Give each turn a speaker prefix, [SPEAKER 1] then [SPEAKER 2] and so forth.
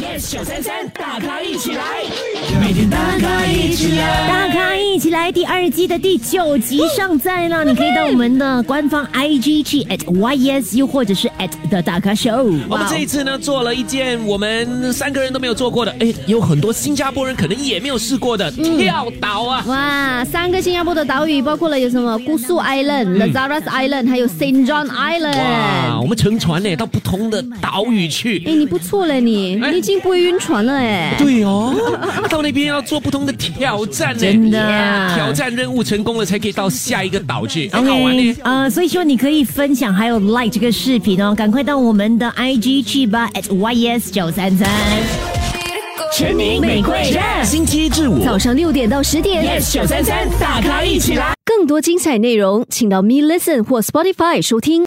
[SPEAKER 1] yes 九三三，大咖一起来，每天大咖一起
[SPEAKER 2] 大
[SPEAKER 1] 来。
[SPEAKER 2] 咖一起来！第二季的第九集上载了，你可以到我们的官方 IG 去 at YSU 或者是 at the 大咖 show。
[SPEAKER 1] 我们这一次呢，做了一件我们三个人都没有做过的，哎，有很多新加坡人可能也没有试过的跳岛啊。
[SPEAKER 3] 哇，三个新加坡的岛屿包括了有什
[SPEAKER 2] 嗯
[SPEAKER 3] 么姑苏 Island、Lazaras Island，还有 Saint John Island。
[SPEAKER 1] 哇，我们乘船呢，到不同的岛屿去。
[SPEAKER 3] 哎，你不错嘞，你
[SPEAKER 1] 哎
[SPEAKER 3] 你已经不会晕船了哎。
[SPEAKER 1] 对哦，到那边要做不同的挑战呢，
[SPEAKER 2] 真的
[SPEAKER 1] 挑战任务成功了才可以到下一个岛去，很好玩呢。
[SPEAKER 2] 呃，所以说你可以分享还有 like 这个视频哦，赶快到我们的 IG 去吧，at YS 九三三。
[SPEAKER 1] 全民
[SPEAKER 2] 玫瑰
[SPEAKER 1] 星期一至五
[SPEAKER 3] 早上六点到十点
[SPEAKER 2] 大咖一起来。
[SPEAKER 3] 更多精彩内容，请到 Me Listen 或 Spotify 收听。